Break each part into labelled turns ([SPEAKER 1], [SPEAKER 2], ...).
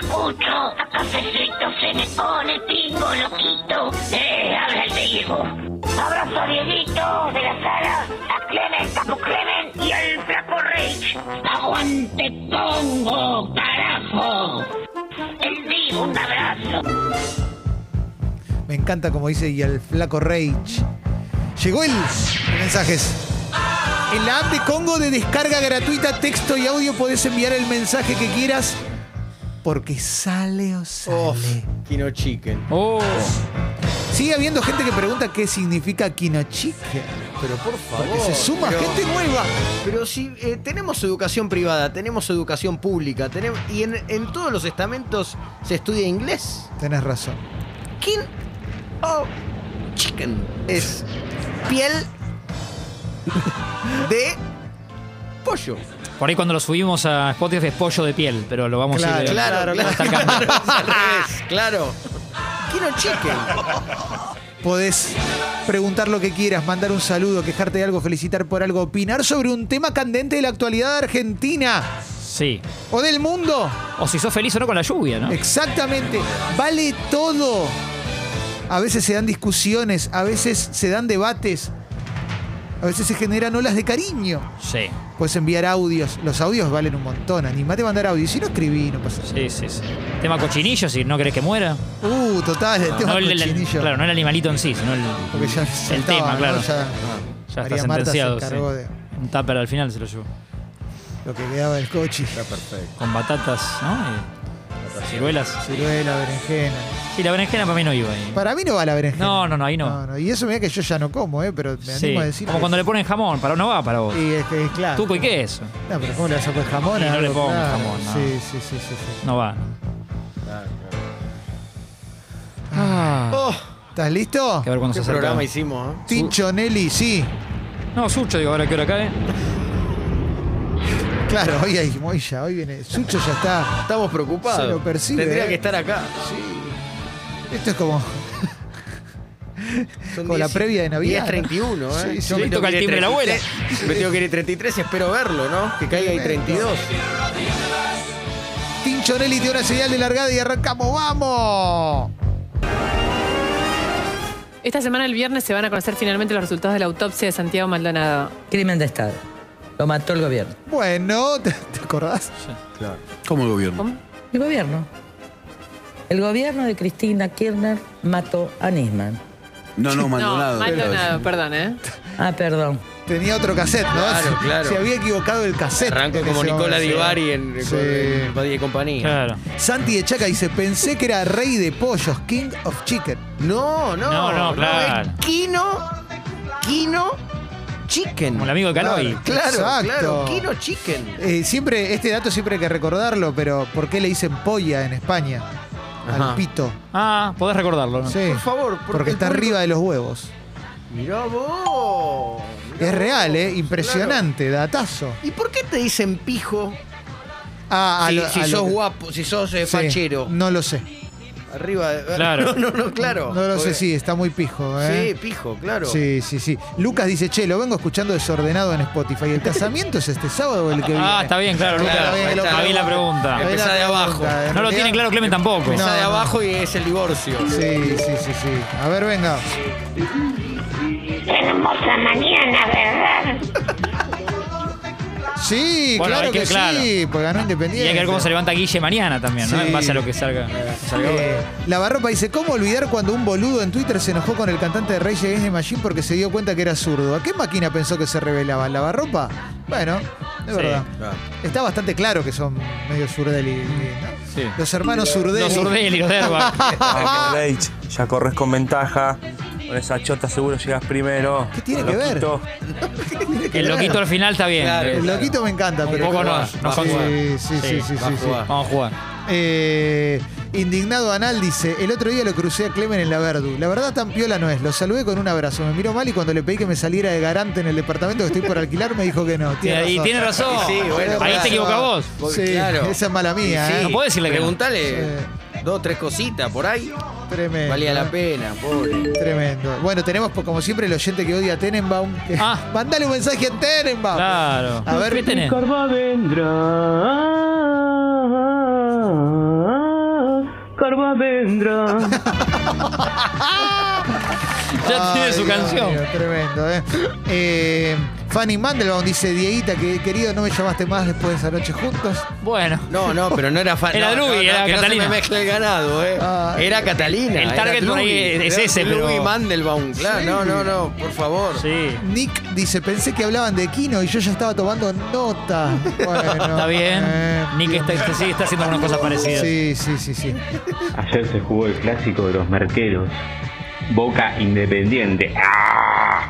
[SPEAKER 1] escucho. A cafecito se me pone pingo loquito. Eh, habla el Diego. Abrazo a Dieguito de la sala, a Clement, a Clement y al flaco Rich. Aguante Pongo, carajo. El Diego, un abrazo.
[SPEAKER 2] Me encanta como dice y al flaco Rage. Llegó el mensajes. En la app de Congo de descarga gratuita, texto y audio podés enviar el mensaje que quieras porque sale o sale.
[SPEAKER 3] Kino Chicken.
[SPEAKER 4] Oh,
[SPEAKER 2] Sigue habiendo gente que pregunta qué significa Kino Chicken,
[SPEAKER 3] Pero por favor.
[SPEAKER 2] porque se suma
[SPEAKER 3] pero-
[SPEAKER 2] gente nueva.
[SPEAKER 3] Pero si eh, tenemos educación privada, tenemos educación pública, tenemos, y en, en todos los estamentos se estudia inglés.
[SPEAKER 2] Tenés razón.
[SPEAKER 3] King o chicken es piel de pollo.
[SPEAKER 4] por ahí cuando lo subimos a Spotify es pollo de piel, pero lo vamos a ir
[SPEAKER 3] claro, claro,
[SPEAKER 4] destacando.
[SPEAKER 3] claro, es al revés, claro. King o
[SPEAKER 2] Ah,
[SPEAKER 3] chicken.
[SPEAKER 2] Podés preguntar lo que quieras, mandar un saludo, quejarte de algo, felicitar por algo, opinar sobre un tema candente de la actualidad argentina
[SPEAKER 4] Sí.
[SPEAKER 2] o del mundo.
[SPEAKER 4] O si sos feliz o no con la lluvia, ¿no?
[SPEAKER 2] Exactamente. Vale todo. A veces se dan discusiones, a veces se dan debates, a veces se generan olas de cariño.
[SPEAKER 4] Sí,
[SPEAKER 2] Puedes enviar audios. Los audios valen un montón. Animate a mandar audios. Si no escribí, no pasa nada.
[SPEAKER 4] sí, sí, sí. Tema cochinillo, si no querés que muera.
[SPEAKER 2] Uh, total, el tema
[SPEAKER 4] No el, el-
[SPEAKER 2] cochinillo.
[SPEAKER 4] claro, no el animalito en sí, sino el,
[SPEAKER 2] Porque ya
[SPEAKER 4] el
[SPEAKER 2] saltaba,
[SPEAKER 4] tema,
[SPEAKER 2] ¿no?
[SPEAKER 4] claro.
[SPEAKER 2] Ya,
[SPEAKER 4] Ya
[SPEAKER 2] María
[SPEAKER 4] está
[SPEAKER 2] Marta se
[SPEAKER 4] sentenciado.
[SPEAKER 2] encargó
[SPEAKER 4] sí.
[SPEAKER 2] de
[SPEAKER 4] Un tupper al final se lo llevó.
[SPEAKER 2] lo que quedaba del coche.
[SPEAKER 3] perfecto.
[SPEAKER 4] Con batatas, ¿no? Y ciruelas.
[SPEAKER 2] Ciruela, berenjena.
[SPEAKER 4] Sí, la berenjena para mí no iba ahí.
[SPEAKER 2] Para mí no va la berenjena.
[SPEAKER 4] No, no, no, ahí no.
[SPEAKER 2] No, no. Y eso mira que yo ya no como, ¿eh? Pero me
[SPEAKER 4] Sí.
[SPEAKER 2] animo a decir.
[SPEAKER 4] Como
[SPEAKER 2] que-
[SPEAKER 4] cuando le ponen jamón, para no va para vos.
[SPEAKER 2] Y es que, claro.
[SPEAKER 4] Tuco y queso.
[SPEAKER 2] No, pero ¿cómo le vas a poner jamón?
[SPEAKER 4] Y
[SPEAKER 2] a
[SPEAKER 4] no le
[SPEAKER 2] algo?
[SPEAKER 4] pongo
[SPEAKER 2] Claro.
[SPEAKER 4] jamón, no.
[SPEAKER 2] Sí, sí, sí, sí, sí.
[SPEAKER 4] No va. Ah,
[SPEAKER 3] Oh,
[SPEAKER 2] ¿Estás listo?
[SPEAKER 4] que ver cuando
[SPEAKER 3] ¿Qué
[SPEAKER 4] se acerca.
[SPEAKER 3] programa hicimos? ¿eh?
[SPEAKER 2] Tincho Nelly, sí.
[SPEAKER 4] No, Sucho, digo, ahora que hora cae.
[SPEAKER 2] Claro, hoy hay Moya, hoy viene. Sucho ya está.
[SPEAKER 3] Estamos preocupados.
[SPEAKER 2] Se lo percibe,
[SPEAKER 3] Tendría
[SPEAKER 2] ¿eh?
[SPEAKER 3] que estar acá.
[SPEAKER 2] Esto es como.
[SPEAKER 3] Son
[SPEAKER 2] Con la
[SPEAKER 3] 10,
[SPEAKER 2] previa de Navidad.
[SPEAKER 3] 10.31, ¿eh?
[SPEAKER 2] Sí, sí.
[SPEAKER 3] Yo
[SPEAKER 4] Le toca el
[SPEAKER 3] ir
[SPEAKER 4] timbre a la abuela.
[SPEAKER 3] 33, Me tengo que ir 33, espero verlo, ¿no? Que caiga ahí 32.
[SPEAKER 2] Tincho Nelly tiene una señal de largada y arrancamos, vamos.
[SPEAKER 5] Esta semana, el viernes, se van a conocer finalmente los resultados de la autopsia de Santiago Maldonado.
[SPEAKER 6] Crimen de Estado. Lo mató el gobierno.
[SPEAKER 2] Bueno, ¿te, te acordás?
[SPEAKER 7] ¿Cómo el gobierno?
[SPEAKER 5] ¿Cómo?
[SPEAKER 6] El gobierno. El gobierno de Cristina Kirchner mató a Nisman.
[SPEAKER 7] No, no,
[SPEAKER 5] no,
[SPEAKER 7] Maldonado.
[SPEAKER 5] Maldonado, perdón, ¿eh?
[SPEAKER 6] Ah, perdón.
[SPEAKER 2] Tenía otro cassette, ¿no?
[SPEAKER 3] Claro,
[SPEAKER 2] Se-
[SPEAKER 3] claro.
[SPEAKER 2] Se había equivocado el cassette.
[SPEAKER 3] Arranco
[SPEAKER 2] en
[SPEAKER 3] como
[SPEAKER 2] ese
[SPEAKER 3] Nicola
[SPEAKER 2] momento.
[SPEAKER 3] Divari en,
[SPEAKER 2] Sí.
[SPEAKER 3] con- en Badía y compañía.
[SPEAKER 4] Claro.
[SPEAKER 2] Santi de Chaca dice: Pensé que era rey de pollos, King of Chicken.
[SPEAKER 3] No, no.
[SPEAKER 4] No, no, claro.
[SPEAKER 3] es Kino, Kino Chicken.
[SPEAKER 4] Como el amigo de Caloi.
[SPEAKER 3] Claro,
[SPEAKER 2] Exacto.
[SPEAKER 3] claro. Kino Chicken.
[SPEAKER 2] Eh, siempre, este dato siempre hay que recordarlo, pero ¿por qué le dicen polla en España? Al
[SPEAKER 3] Ajá.
[SPEAKER 2] pito.
[SPEAKER 4] Ah, podés recordarlo, ¿no?
[SPEAKER 2] Sí.
[SPEAKER 3] Por favor.
[SPEAKER 2] Porque,
[SPEAKER 3] el
[SPEAKER 2] está
[SPEAKER 3] público-
[SPEAKER 2] arriba de los huevos.
[SPEAKER 3] Mirá vos. mirá
[SPEAKER 2] Es real,
[SPEAKER 3] vos,
[SPEAKER 2] ¿eh? Impresionante, datazo.
[SPEAKER 3] claro. ¿Y por qué te dicen pijo
[SPEAKER 2] Ah, a
[SPEAKER 3] si,
[SPEAKER 2] lo-
[SPEAKER 3] si
[SPEAKER 2] a lo
[SPEAKER 3] sos
[SPEAKER 2] que-
[SPEAKER 3] guapo, si sos eh,
[SPEAKER 2] Sí, Mm.
[SPEAKER 3] fachero?
[SPEAKER 2] No lo sé.
[SPEAKER 3] Arriba. de-
[SPEAKER 4] Claro.
[SPEAKER 3] No, no, no, claro.
[SPEAKER 2] No lo sé,
[SPEAKER 3] Porque-
[SPEAKER 2] sí, está muy pijo, ¿eh?
[SPEAKER 3] Sí, pijo, claro.
[SPEAKER 2] Sí, sí, sí. Lucas dice, che, lo vengo escuchando desordenado en Spotify. ¿El casamiento es este sábado o el que viene?
[SPEAKER 4] Ah, está bien, claro,
[SPEAKER 3] Claro,
[SPEAKER 4] Luca.
[SPEAKER 3] ahí está.
[SPEAKER 4] Está bien la pregunta.
[SPEAKER 2] Ahí la
[SPEAKER 3] Empezá de
[SPEAKER 2] pregunta, en
[SPEAKER 3] abajo.
[SPEAKER 4] No lo
[SPEAKER 2] realidad-
[SPEAKER 4] tiene claro Clemen tampoco.
[SPEAKER 3] Está de
[SPEAKER 2] No, no.
[SPEAKER 3] abajo y es el divorcio.
[SPEAKER 2] Sí, sí, sí, sí. A ver, venga.
[SPEAKER 1] Hermosa mañana, ¿verdad?
[SPEAKER 2] Sí,
[SPEAKER 4] Bueno,
[SPEAKER 2] claro
[SPEAKER 4] hay que-
[SPEAKER 2] que,
[SPEAKER 4] claro.
[SPEAKER 2] sí, pues ganó
[SPEAKER 4] Y
[SPEAKER 2] Independiente.
[SPEAKER 4] hay que ver cómo se levanta Guille mañana también, ¿no?
[SPEAKER 2] Sí.
[SPEAKER 4] En base a lo que salga. que salga hoy.
[SPEAKER 2] Eh, Lavarropa dice, ¿cómo olvidar cuando un boludo en Twitter se enojó con el cantante de Reyes Against the Machine porque se dio cuenta que era zurdo? ¿A qué máquina pensó que se revelaba? ¿Lavarropa? Bueno, de
[SPEAKER 4] Sí.
[SPEAKER 2] verdad.
[SPEAKER 3] Claro.
[SPEAKER 2] Está bastante claro que son medio zurdeli. ¿no?
[SPEAKER 4] Sí.
[SPEAKER 2] Los hermanos zurdeli.
[SPEAKER 4] Los Urdeli, los Derbach.
[SPEAKER 8] ya corres con ventaja. Con esa chota seguro llegas primero.
[SPEAKER 2] ¿Qué tiene que ver?
[SPEAKER 8] Loquito.
[SPEAKER 4] El loquito al final está bien.
[SPEAKER 3] Claro.
[SPEAKER 2] El loquito me encanta,
[SPEAKER 4] Un
[SPEAKER 2] pero...
[SPEAKER 4] poco no,
[SPEAKER 2] Sí,
[SPEAKER 4] no son
[SPEAKER 2] sí,
[SPEAKER 4] jugadores.
[SPEAKER 2] sí, sí,
[SPEAKER 4] Sí,
[SPEAKER 2] sí,
[SPEAKER 3] va a
[SPEAKER 2] sí.
[SPEAKER 3] jugar.
[SPEAKER 4] Vamos a jugar.
[SPEAKER 2] Eh, indignado Anal dice, el otro día lo crucé a Clemen en la Verdu. La verdad tan piola no es, lo saludé con un abrazo, me miró mal y cuando le pedí que me saliera de garante en el departamento que estoy por alquilar me dijo que no. Tiene
[SPEAKER 4] y
[SPEAKER 2] razón.
[SPEAKER 4] tiene razón.
[SPEAKER 3] Sí, bueno,
[SPEAKER 4] Ahí
[SPEAKER 3] claro.
[SPEAKER 4] te equivocás vos.
[SPEAKER 2] Sí, esa es mala mía, ¿eh?
[SPEAKER 4] No puedo decirle que no.
[SPEAKER 3] Preguntale dos, tres cositas por ahí.
[SPEAKER 2] Tremendo. ¿eh?
[SPEAKER 3] Valía la pena, pobre.
[SPEAKER 2] Tremendo. Bueno, tenemos pues, como siempre el oyente que odia a Tenenbaum. que-
[SPEAKER 4] Ah.
[SPEAKER 2] Mandale un mensaje a Tenenbaum.
[SPEAKER 4] Claro.
[SPEAKER 2] Ah. A ver,
[SPEAKER 4] ¿qué tenés?
[SPEAKER 9] Carva vendrá. vendrá.
[SPEAKER 4] Ya tiene
[SPEAKER 2] Ay,
[SPEAKER 4] su
[SPEAKER 2] Dios
[SPEAKER 4] canción.
[SPEAKER 2] mío, tremendo, ¿eh? Eh, Fanny Mandelbaum dice, Dieguita, que, querido, no me llamaste más después de esa noche juntos.
[SPEAKER 4] Bueno.
[SPEAKER 3] No, no, pero no era fan.
[SPEAKER 4] Era
[SPEAKER 3] no, no,
[SPEAKER 4] Drugi,
[SPEAKER 3] no,
[SPEAKER 4] era
[SPEAKER 3] que no se
[SPEAKER 4] Catalina.
[SPEAKER 3] me mezcle el ganado, eh.
[SPEAKER 2] Ah.
[SPEAKER 3] era Catalina.
[SPEAKER 4] El target
[SPEAKER 3] era
[SPEAKER 4] por ahí
[SPEAKER 3] Drugi,
[SPEAKER 4] es
[SPEAKER 3] era
[SPEAKER 4] ese, pero-
[SPEAKER 3] Drugi Mandelbaum, claro. No, no, no, por favor.
[SPEAKER 4] Sí.
[SPEAKER 2] Nick dice, pensé que hablaban de Kino y yo ya estaba tomando nota. Bueno,
[SPEAKER 4] Está bien.
[SPEAKER 2] eh,
[SPEAKER 4] Nick
[SPEAKER 2] bien.
[SPEAKER 4] está, está- sí, está haciendo algunas cosas parecidas.
[SPEAKER 2] Sí, sí, sí, sí.
[SPEAKER 9] Ayer se jugó el clásico de los merqueros. Boca Independiente. ¡Ah!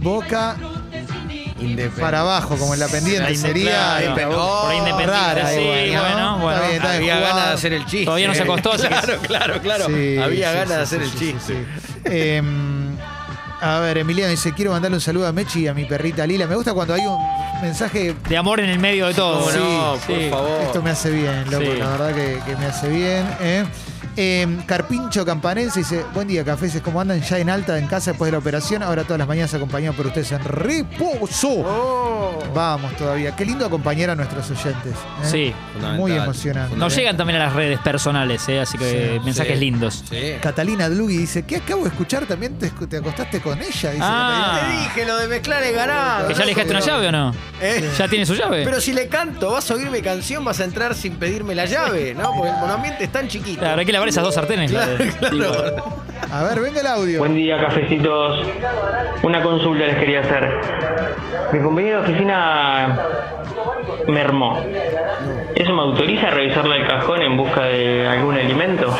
[SPEAKER 2] Boca para abajo, como en la pendiente.
[SPEAKER 4] Ahí se-
[SPEAKER 2] Sería
[SPEAKER 4] claro.
[SPEAKER 2] esta boca
[SPEAKER 4] Por ahí independiente.
[SPEAKER 2] rara
[SPEAKER 4] sí,
[SPEAKER 2] igual, ¿no?
[SPEAKER 4] bueno, bueno.
[SPEAKER 2] Está bien, está bien.
[SPEAKER 3] Había
[SPEAKER 2] jugada.
[SPEAKER 3] ganas de hacer el chiste.
[SPEAKER 4] Todavía no se acostó, así que-
[SPEAKER 3] Claro, claro, claro.
[SPEAKER 2] Sí,
[SPEAKER 3] Había
[SPEAKER 2] sí,
[SPEAKER 3] ganas de
[SPEAKER 2] sí,
[SPEAKER 3] hacer
[SPEAKER 2] sí,
[SPEAKER 3] el
[SPEAKER 2] sí,
[SPEAKER 3] chiste.
[SPEAKER 2] sí, sí. Em, a ver, Emiliano dice, quiero mandarle un saludo a Mechi y a mi perrita Lila. Me gusta cuando hay un mensaje
[SPEAKER 4] De amor en el medio de todo.
[SPEAKER 3] ¿Cómo no?
[SPEAKER 4] Sí,
[SPEAKER 3] por
[SPEAKER 4] sí.
[SPEAKER 3] favor.
[SPEAKER 2] Esto me hace bien, loco,
[SPEAKER 4] Sí.
[SPEAKER 2] la verdad que, que me hace bien. ¿eh? Eh, Carpincho Campanense dice, buen día, cafeses, ¿cómo andan? Ya en alta, en casa después de la operación, ahora todas las mañanas acompañado por ustedes en reposo.
[SPEAKER 3] Oh.
[SPEAKER 2] Vamos todavía, qué lindo acompañar a nuestros oyentes. ¿eh?
[SPEAKER 4] Sí.
[SPEAKER 3] Fundamental.
[SPEAKER 2] Muy emocionante.
[SPEAKER 4] Nos llegan también a las redes personales, eh, así que mensajes
[SPEAKER 3] Sí.
[SPEAKER 4] lindos.
[SPEAKER 3] Sí.
[SPEAKER 2] Catalina Dlugi dice, ¿qué acabo de escuchar? ¿También te, te acostaste con ella? Dice
[SPEAKER 4] Ah.
[SPEAKER 3] Te dije lo de mezclar el ganado.
[SPEAKER 4] ¿Que ya le dejaste una llave o no?
[SPEAKER 3] Eh.
[SPEAKER 4] ¿Ya tiene su llave?
[SPEAKER 3] Pero si le canto, vas a oír mi canción, vas a entrar sin pedirme la llave, ¿no? Porque el monoambiente es tan chiquito.
[SPEAKER 4] Claro, hay que lavar esas dos sartenes. la de-
[SPEAKER 3] Claro.
[SPEAKER 2] Catalina. A ver, venga el audio.
[SPEAKER 9] Buen día, cafecitos. Una consulta les quería hacer. Mi compañero de oficina mermó. ¿Eso me autoriza a revisarle el cajón en busca de algún alimento?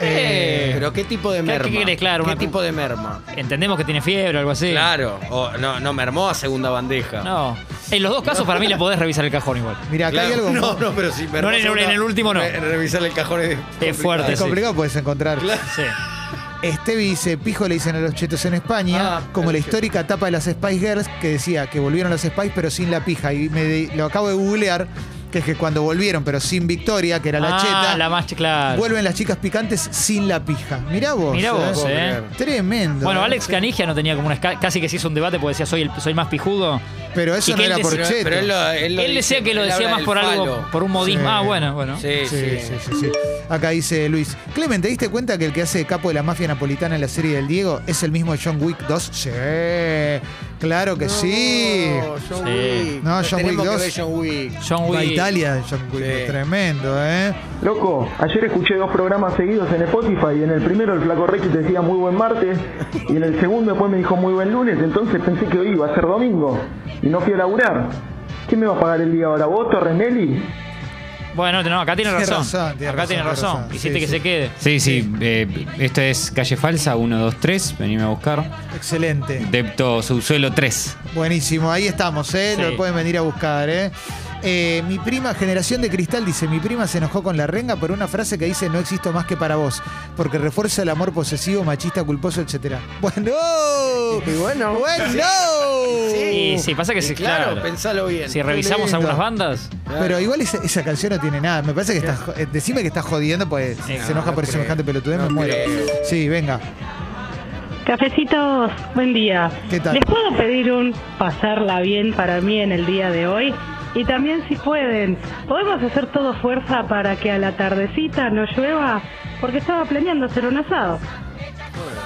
[SPEAKER 3] Eh, Pero qué tipo de
[SPEAKER 4] ¿Qué-
[SPEAKER 3] merma.
[SPEAKER 4] qué querés, claro,
[SPEAKER 3] ¿Qué
[SPEAKER 4] una-
[SPEAKER 3] tipo de merma?
[SPEAKER 4] Entendemos que tiene fiebre o algo así.
[SPEAKER 3] Claro. O no, no mermó a segunda bandeja.
[SPEAKER 4] No. En los dos casos, para mí, le podés revisar el cajón igual.
[SPEAKER 2] Mira, acá
[SPEAKER 3] Claro.
[SPEAKER 2] hay algo
[SPEAKER 3] No,
[SPEAKER 2] muy
[SPEAKER 3] no, pero si mermó
[SPEAKER 4] No, en el-
[SPEAKER 3] segunda-
[SPEAKER 4] en el último no.
[SPEAKER 3] re- Revisar el cajón es, complicado.
[SPEAKER 4] fuerte, sí.
[SPEAKER 2] complicado, puedes encontrar.
[SPEAKER 4] Sí.
[SPEAKER 2] Esteve dice, Este pijo le dicen a los chetos en España,
[SPEAKER 3] Ah,
[SPEAKER 2] como la
[SPEAKER 3] perfecto.
[SPEAKER 2] histórica etapa de las Spice Girls, que decía que volvieron las Spice pero sin la pija. Y me de- lo acabo de googlear, que es que cuando volvieron, pero sin Victoria, que era la
[SPEAKER 4] ah,
[SPEAKER 2] cheta,
[SPEAKER 4] la más clara.
[SPEAKER 2] vuelven las chicas picantes sin la pija. Mirá vos.
[SPEAKER 4] Mirá vos,
[SPEAKER 3] puedo
[SPEAKER 4] eh.
[SPEAKER 3] creer.
[SPEAKER 2] Tremendo.
[SPEAKER 4] Bueno,
[SPEAKER 2] ¿eh?
[SPEAKER 4] Alex Canigia no tenía como una. esca- Casi que se hizo un debate porque decía, soy, el, soy más pijudo.
[SPEAKER 2] Pero eso
[SPEAKER 4] y
[SPEAKER 2] no
[SPEAKER 4] que él
[SPEAKER 2] era por
[SPEAKER 4] decía-
[SPEAKER 2] cheto.
[SPEAKER 3] Pero él, lo- lo
[SPEAKER 4] Él decía
[SPEAKER 3] dice,
[SPEAKER 4] que lo
[SPEAKER 3] él
[SPEAKER 4] decía
[SPEAKER 3] habla
[SPEAKER 4] más
[SPEAKER 3] del
[SPEAKER 4] por algo,
[SPEAKER 3] falo.
[SPEAKER 4] por un modismo.
[SPEAKER 2] Sí.
[SPEAKER 4] Ah, bueno, bueno.
[SPEAKER 3] Sí,
[SPEAKER 2] Sí,
[SPEAKER 3] sí.
[SPEAKER 2] sí, sí, sí. Acá dice Luis. Clemente, ¿te diste cuenta que el que hace de capo de la mafia napolitana en la serie del Diego es el mismo de John Wick 2? Sí, claro que sí.
[SPEAKER 3] John
[SPEAKER 4] Sí.
[SPEAKER 3] Wick.
[SPEAKER 2] No, John
[SPEAKER 3] Tenemos
[SPEAKER 2] Wick
[SPEAKER 3] que
[SPEAKER 2] dos.
[SPEAKER 3] ver John Wick.
[SPEAKER 4] John
[SPEAKER 2] Va a
[SPEAKER 4] Wick.
[SPEAKER 2] Italia, John Wick,
[SPEAKER 3] Sí.
[SPEAKER 2] tremendo, ¿eh?
[SPEAKER 10] Loco, ayer escuché dos programas seguidos en Spotify. En el primero el flaco Rex decía muy buen martes y en el segundo después me dijo muy buen lunes. Entonces pensé que hoy iba a ser domingo y no fui a laburar. ¿Quién me va a pagar el día ahora? ¿Vos, Torrenelli?
[SPEAKER 4] Bueno, no, acá tiene
[SPEAKER 2] Tiene
[SPEAKER 4] razón.
[SPEAKER 2] razón, tiene
[SPEAKER 4] acá
[SPEAKER 2] razón,
[SPEAKER 4] tiene
[SPEAKER 2] tiene
[SPEAKER 4] razón.
[SPEAKER 2] razón.
[SPEAKER 4] Hiciste
[SPEAKER 2] Sí,
[SPEAKER 4] que
[SPEAKER 2] sí.
[SPEAKER 4] se quede.
[SPEAKER 11] Sí, sí, eh, esto es Calle Falsa 123, venime a buscar.
[SPEAKER 2] Excelente.
[SPEAKER 11] Depto Subsuelo 3.
[SPEAKER 2] Buenísimo, ahí estamos, ¿eh?
[SPEAKER 4] Sí.
[SPEAKER 2] Lo pueden venir a buscar, ¿eh? Eh, mi prima, generación de cristal, dice, mi prima se enojó con la renga por una frase que dice no existo más que para vos, porque refuerza el amor posesivo, machista, culposo, etcétera. Bueno,
[SPEAKER 3] Y bueno.
[SPEAKER 2] bueno.
[SPEAKER 4] Sí, sí, pasa que
[SPEAKER 3] Y
[SPEAKER 4] sí,
[SPEAKER 3] claro,
[SPEAKER 4] claro.
[SPEAKER 3] pensalo bien.
[SPEAKER 4] Si revisamos
[SPEAKER 2] lindo.
[SPEAKER 4] algunas bandas.
[SPEAKER 2] Pero igual esa, esa canción no tiene nada. Me parece que está. jo- eh, Decime que está jodiendo, pues
[SPEAKER 4] Sí,
[SPEAKER 2] se
[SPEAKER 4] no,
[SPEAKER 2] enoja
[SPEAKER 3] no
[SPEAKER 2] por
[SPEAKER 3] creo.
[SPEAKER 2] semejante pelotudez, me
[SPEAKER 3] No
[SPEAKER 2] muero.
[SPEAKER 3] creo.
[SPEAKER 2] Sí, venga.
[SPEAKER 10] Cafecitos, buen día.
[SPEAKER 2] ¿Qué tal?
[SPEAKER 10] ¿Les puedo pedir un pasarla bien para mí en el día de hoy? Y también si pueden, ¿podemos hacer todo fuerza para que a la tardecita no llueva? Porque estaba planeando hacer un asado.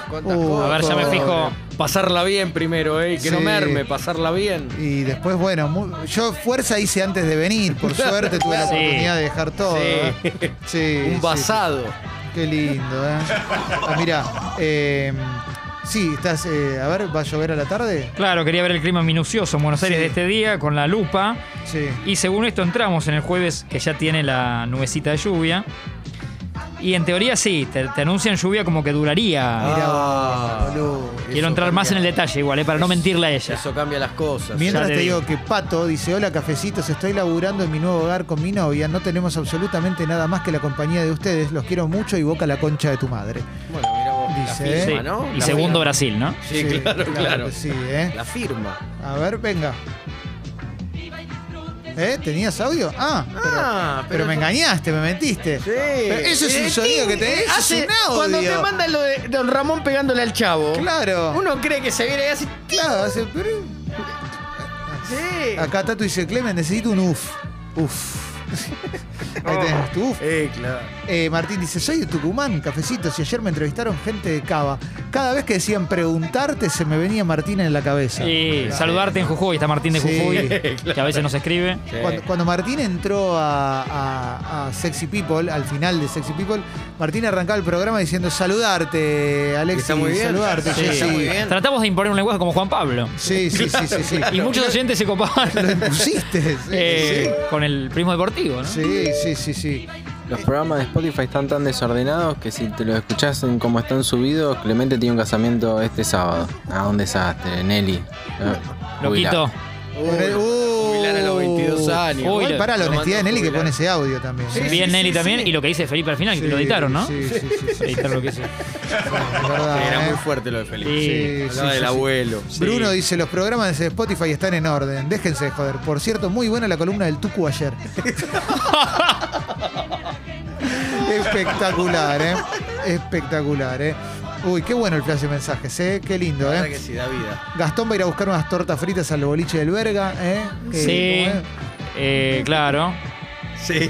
[SPEAKER 3] ¿Cuántas
[SPEAKER 2] Uh,
[SPEAKER 4] A
[SPEAKER 3] cosas?
[SPEAKER 4] ver, ya me fijo.
[SPEAKER 3] Pasarla bien primero, ¿eh? Que no
[SPEAKER 2] Sí.
[SPEAKER 3] merme, pasarla bien.
[SPEAKER 2] Y después, bueno, mu- yo fuerza hice antes de venir, por suerte tuve la
[SPEAKER 4] Sí.
[SPEAKER 2] oportunidad de dejar todo.
[SPEAKER 3] Sí.
[SPEAKER 2] ¿eh? Sí, sí,
[SPEAKER 3] Un basado.
[SPEAKER 2] Qué lindo, ¿eh? mira, sí, estás. eh, a ver, ¿va a llover a la tarde?
[SPEAKER 4] Claro, quería ver el clima minucioso en Buenos Aires
[SPEAKER 2] Sí.
[SPEAKER 4] de este día con la lupa.
[SPEAKER 2] Sí.
[SPEAKER 4] Y según esto entramos en el jueves que ya tiene la nubecita de lluvia. Y en teoría sí, te, te anuncian lluvia como que duraría.
[SPEAKER 2] Mirá,
[SPEAKER 3] Ah,
[SPEAKER 2] boludo.
[SPEAKER 4] Quiero
[SPEAKER 3] eso
[SPEAKER 4] entrar más en
[SPEAKER 3] cambia.
[SPEAKER 4] el detalle igual, eh, para no mentirle a ella.
[SPEAKER 3] Eso cambia las cosas.
[SPEAKER 2] Mientras
[SPEAKER 4] Ya
[SPEAKER 2] te
[SPEAKER 4] te
[SPEAKER 2] digo que Pato dice, hola cafecitos, estoy laburando en mi nuevo hogar con mi novia, no tenemos absolutamente nada más que la compañía de ustedes, los quiero mucho y boca la concha de tu madre.
[SPEAKER 3] Bueno, mira vos.
[SPEAKER 2] Dice,
[SPEAKER 3] la
[SPEAKER 2] ¿eh?
[SPEAKER 3] firma,
[SPEAKER 4] Sí.
[SPEAKER 3] ¿no?
[SPEAKER 4] Y
[SPEAKER 3] La
[SPEAKER 4] segundo
[SPEAKER 3] firma.
[SPEAKER 4] Brasil, ¿no?
[SPEAKER 3] Sí, claro, claro.
[SPEAKER 2] que Sí, ¿eh?
[SPEAKER 3] La firma.
[SPEAKER 2] A ver, venga. ¿Eh? ¿Tenías audio? Ah, pero,
[SPEAKER 3] Ah,
[SPEAKER 2] pero me engañaste, me mentiste.
[SPEAKER 3] Sí.
[SPEAKER 2] Pero eso es
[SPEAKER 3] Eh,
[SPEAKER 2] un sonido que tenés, eso
[SPEAKER 3] hace-
[SPEAKER 2] es un audio.
[SPEAKER 3] Cuando te mandan lo de Don Ramón pegándole al chavo.
[SPEAKER 2] Claro.
[SPEAKER 3] Uno cree que se viene y hace. tic,
[SPEAKER 2] Claro, hace- pero-
[SPEAKER 3] Sí.
[SPEAKER 2] Ah, Acá Tato dice, Clemen, necesito un uff. Uff. Ahí tenés tu uf.
[SPEAKER 3] Eh, claro.
[SPEAKER 2] Eh, Martín dice, soy de Tucumán, cafecitos, y ayer me entrevistaron gente de Cava. Cada vez que decían preguntarte, se me venía Martín en la cabeza.
[SPEAKER 4] Y saludarte en Jujuy, está Martín de
[SPEAKER 2] Sí.
[SPEAKER 4] Jujuy, que a veces nos escribe.
[SPEAKER 2] Cuando, cuando Martín entró a, a- a Sexy People, al final de Sexy People, Martín arrancaba el programa diciendo saludarte, Alexis,
[SPEAKER 3] Está muy bien.
[SPEAKER 2] saludarte,
[SPEAKER 3] Sí.
[SPEAKER 2] Jessy".
[SPEAKER 3] Está muy bien.
[SPEAKER 4] Tratamos de imponer un lenguaje como Juan Pablo.
[SPEAKER 2] Sí, sí, sí, sí, sí.
[SPEAKER 4] Y muchos oyentes se copaban
[SPEAKER 2] Lo impusiste. sí,
[SPEAKER 4] eh, con el primo deportivo, ¿no?
[SPEAKER 2] Sí, sí, sí, sí.
[SPEAKER 12] Los programas de Spotify están tan desordenados que si te los escuchás en como están subidos, Clemente tiene un casamiento este sábado. Ah, un desastre, Nelly. Eh,
[SPEAKER 4] Loquito.
[SPEAKER 12] jubilá.
[SPEAKER 2] Pero, uh,
[SPEAKER 3] Jubilar a los 22 años.
[SPEAKER 2] Igual
[SPEAKER 4] Uy,
[SPEAKER 2] para la
[SPEAKER 4] lo
[SPEAKER 2] honestidad de
[SPEAKER 4] mandó
[SPEAKER 2] Nelly que
[SPEAKER 4] jubilar.
[SPEAKER 2] pone ese audio también. ¿eh?
[SPEAKER 4] Bien Nelly también, y lo que dice Felipe al final, que
[SPEAKER 2] Sí,
[SPEAKER 4] lo editaron, ¿no?
[SPEAKER 2] Sí, sí, sí. sí,
[SPEAKER 4] Editar lo que hizo.
[SPEAKER 2] es verdad,
[SPEAKER 3] Era
[SPEAKER 2] ¿eh?
[SPEAKER 3] muy fuerte lo de Felipe.
[SPEAKER 4] Sí,
[SPEAKER 2] sí,
[SPEAKER 3] Hablaba
[SPEAKER 2] sí,
[SPEAKER 3] del
[SPEAKER 2] sí.
[SPEAKER 3] abuelo.
[SPEAKER 2] Bruno dice, los programas de Spotify están en orden, déjense de joder. Por cierto, muy buena la columna del Tucu ayer. Espectacular, ¿eh? Espectacular, ¿eh? Uy, qué bueno el flash de mensajes, ¿eh? Qué
[SPEAKER 3] La
[SPEAKER 2] lindo,
[SPEAKER 3] verdad
[SPEAKER 2] ¿eh?
[SPEAKER 3] que sí, da vida.
[SPEAKER 2] Gastón va a ir a buscar unas tortas fritas al boliche del verga, ¿eh? Que-
[SPEAKER 4] Sí,
[SPEAKER 2] ¿cómo es?
[SPEAKER 4] eh, claro.
[SPEAKER 3] Sí.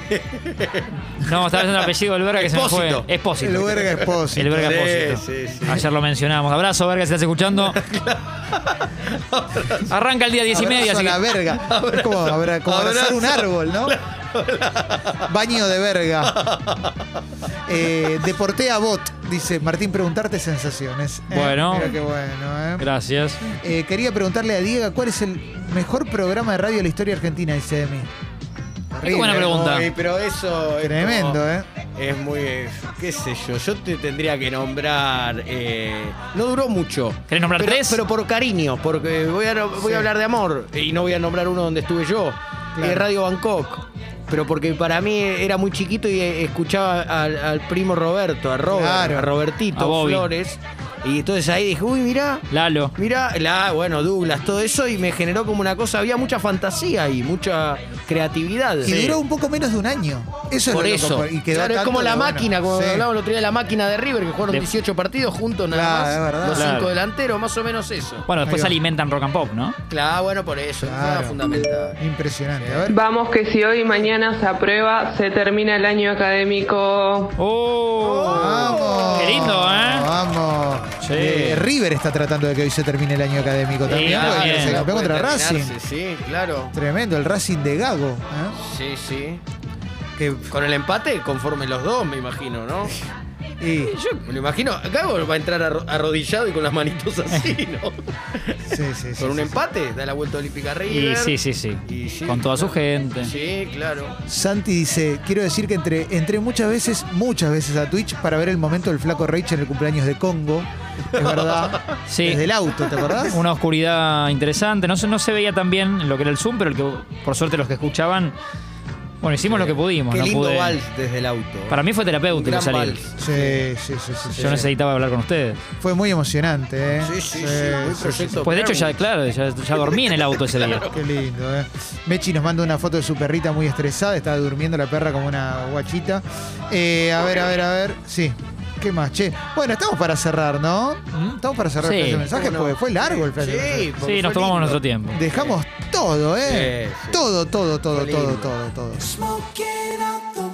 [SPEAKER 4] No, estaba viendo el apellido del verga que se me fue.
[SPEAKER 3] Expósito.
[SPEAKER 4] Expósito.
[SPEAKER 2] El verga es posi.
[SPEAKER 4] El verga
[SPEAKER 3] Sí,
[SPEAKER 4] Espósito.
[SPEAKER 3] sí, sí.
[SPEAKER 2] Ah,
[SPEAKER 4] Ayer lo mencionamos. Abrazo, verga, si estás escuchando. Arranca el día 10 y
[SPEAKER 2] Abrazo
[SPEAKER 4] media.
[SPEAKER 2] a
[SPEAKER 4] así
[SPEAKER 2] la
[SPEAKER 4] que-
[SPEAKER 2] verga. es como, abra- como abrazar
[SPEAKER 3] Abrazo.
[SPEAKER 2] un árbol, ¿no? Baño de verga. Eh, deporté a Bot, dice Martín, preguntarte sensaciones. Eh,
[SPEAKER 4] Bueno.
[SPEAKER 2] mira qué bueno, ¿eh?
[SPEAKER 4] Gracias.
[SPEAKER 2] Eh, Quería preguntarle a Diego cuál es el mejor programa de radio de la historia argentina, dice de mí.
[SPEAKER 4] Qué buena pregunta.
[SPEAKER 3] Uy, pero eso es
[SPEAKER 2] Tremendo,
[SPEAKER 3] como-
[SPEAKER 2] ¿eh?
[SPEAKER 3] Es muy, eh, qué sé yo, yo te tendría que nombrar, eh, no duró mucho.
[SPEAKER 4] ¿Querés nombrar
[SPEAKER 3] pero,
[SPEAKER 4] tres?
[SPEAKER 3] Pero por cariño, porque voy a, voy
[SPEAKER 2] Sí.
[SPEAKER 3] a hablar de amor y no voy a nombrar uno donde estuve yo,
[SPEAKER 2] Claro.
[SPEAKER 3] Eh, Radio Bangkok. Pero porque para mí era muy chiquito y eh, escuchaba al, al primo Roberto, a Robert,
[SPEAKER 2] Claro.
[SPEAKER 3] a
[SPEAKER 4] A
[SPEAKER 3] Robertito
[SPEAKER 4] Bobby.
[SPEAKER 3] Flores. Y entonces ahí dije, uy, mirá,
[SPEAKER 4] Lalo.
[SPEAKER 3] Mira, la, bueno, Douglas, todo eso, y me generó como una cosa, había mucha fantasía y mucha creatividad.
[SPEAKER 2] Y duró un poco menos de un año. Eso es
[SPEAKER 3] Por
[SPEAKER 2] lo loco,
[SPEAKER 3] eso.
[SPEAKER 2] por- Y quedó
[SPEAKER 3] claro, es
[SPEAKER 2] tanto
[SPEAKER 3] como
[SPEAKER 2] lo
[SPEAKER 3] la
[SPEAKER 2] bueno.
[SPEAKER 3] máquina, como
[SPEAKER 2] Sí.
[SPEAKER 3] hablábamos el otro día de la máquina de River, que jugaron
[SPEAKER 4] De-
[SPEAKER 3] 18 partidos juntos nada
[SPEAKER 2] Claro, es
[SPEAKER 3] más.
[SPEAKER 2] verdad.
[SPEAKER 3] Los
[SPEAKER 4] Claro.
[SPEAKER 3] cinco delanteros, más o menos eso.
[SPEAKER 4] Bueno,
[SPEAKER 2] Ahí
[SPEAKER 4] después
[SPEAKER 2] va.
[SPEAKER 4] alimentan rock and pop, ¿no?
[SPEAKER 3] Claro, bueno, por eso.
[SPEAKER 2] Claro.
[SPEAKER 3] Nada fundamental.
[SPEAKER 2] Impresionante. A ver.
[SPEAKER 13] Vamos que si hoy y mañana se aprueba, se termina el año académico.
[SPEAKER 4] ¡Oh!
[SPEAKER 2] Vamos.
[SPEAKER 4] ¡Qué lindo, eh!
[SPEAKER 2] Vamos.
[SPEAKER 4] Sí.
[SPEAKER 2] Eh, River está tratando de que hoy se termine el año académico también.
[SPEAKER 4] también.
[SPEAKER 2] porque se campeó
[SPEAKER 3] Puede
[SPEAKER 2] contra
[SPEAKER 3] terminarse,
[SPEAKER 2] Racing.
[SPEAKER 3] Sí, claro.
[SPEAKER 2] Tremendo, el Racing de Gago. ¿eh?
[SPEAKER 3] Sí, sí.
[SPEAKER 2] Que,
[SPEAKER 3] Con el empate, conforme los dos, me imagino, ¿no?
[SPEAKER 2] y-
[SPEAKER 3] Yo me lo imagino. Gago va a entrar arro- arrodillado y con las manitos así, ¿no?
[SPEAKER 2] sí, sí, sí,
[SPEAKER 3] Con un
[SPEAKER 2] sí.
[SPEAKER 3] empate, da la vuelta olímpica a
[SPEAKER 4] Y
[SPEAKER 3] River.
[SPEAKER 4] sí, sí, sí.
[SPEAKER 3] Y sí,
[SPEAKER 4] Con toda su
[SPEAKER 3] claro.
[SPEAKER 4] gente.
[SPEAKER 3] Sí, claro.
[SPEAKER 2] Santi dice, quiero decir que entré, entré muchas veces, muchas veces a Twitch para ver el momento del flaco Reich en el cumpleaños de Congo. Es verdad.
[SPEAKER 4] Sí.
[SPEAKER 2] Desde el auto, ¿te acordás?
[SPEAKER 4] Una oscuridad interesante. No se, no se veía tan bien lo que era el Zoom, pero el que, por suerte los que escuchaban. Bueno, hicimos lo que pudimos.
[SPEAKER 3] Qué
[SPEAKER 4] no
[SPEAKER 3] lindo
[SPEAKER 4] pude-
[SPEAKER 3] vals desde el auto.
[SPEAKER 4] Para mí fue
[SPEAKER 3] un gran
[SPEAKER 4] terapéutico salir.
[SPEAKER 3] vals.
[SPEAKER 2] Sí, sí, sí, sí, sí,
[SPEAKER 4] Yo
[SPEAKER 2] sí.
[SPEAKER 4] necesitaba hablar con ustedes.
[SPEAKER 2] Fue muy emocionante, ¿eh?
[SPEAKER 3] Sí, sí, sí, muy proyecto.
[SPEAKER 4] Pues de hecho, ya, claro, ya, ya dormí en el auto ese día.
[SPEAKER 2] Qué lindo, ¿eh? Mechi nos manda una foto de su perrita muy estresada, estaba durmiendo la perra como una guachita. Eh, a ver, a ver, a ver. Sí. ¿Qué más, che? Bueno, estamos para cerrar, ¿no? Estamos para cerrar
[SPEAKER 4] Sí.
[SPEAKER 2] el mensaje
[SPEAKER 3] ¿Cómo no?
[SPEAKER 2] porque fue largo el flash de mensajes.
[SPEAKER 3] ¿Mm? Sí, porque
[SPEAKER 4] Sí, nos
[SPEAKER 3] fue
[SPEAKER 4] tomamos
[SPEAKER 3] lindo.
[SPEAKER 4] nuestro tiempo.
[SPEAKER 2] Dejamos todo, ¿eh?
[SPEAKER 3] Sí, sí.
[SPEAKER 2] Todo, todo, todo,
[SPEAKER 3] Fue lindo.
[SPEAKER 2] todo, todo, todo.
[SPEAKER 14] Smoke it out the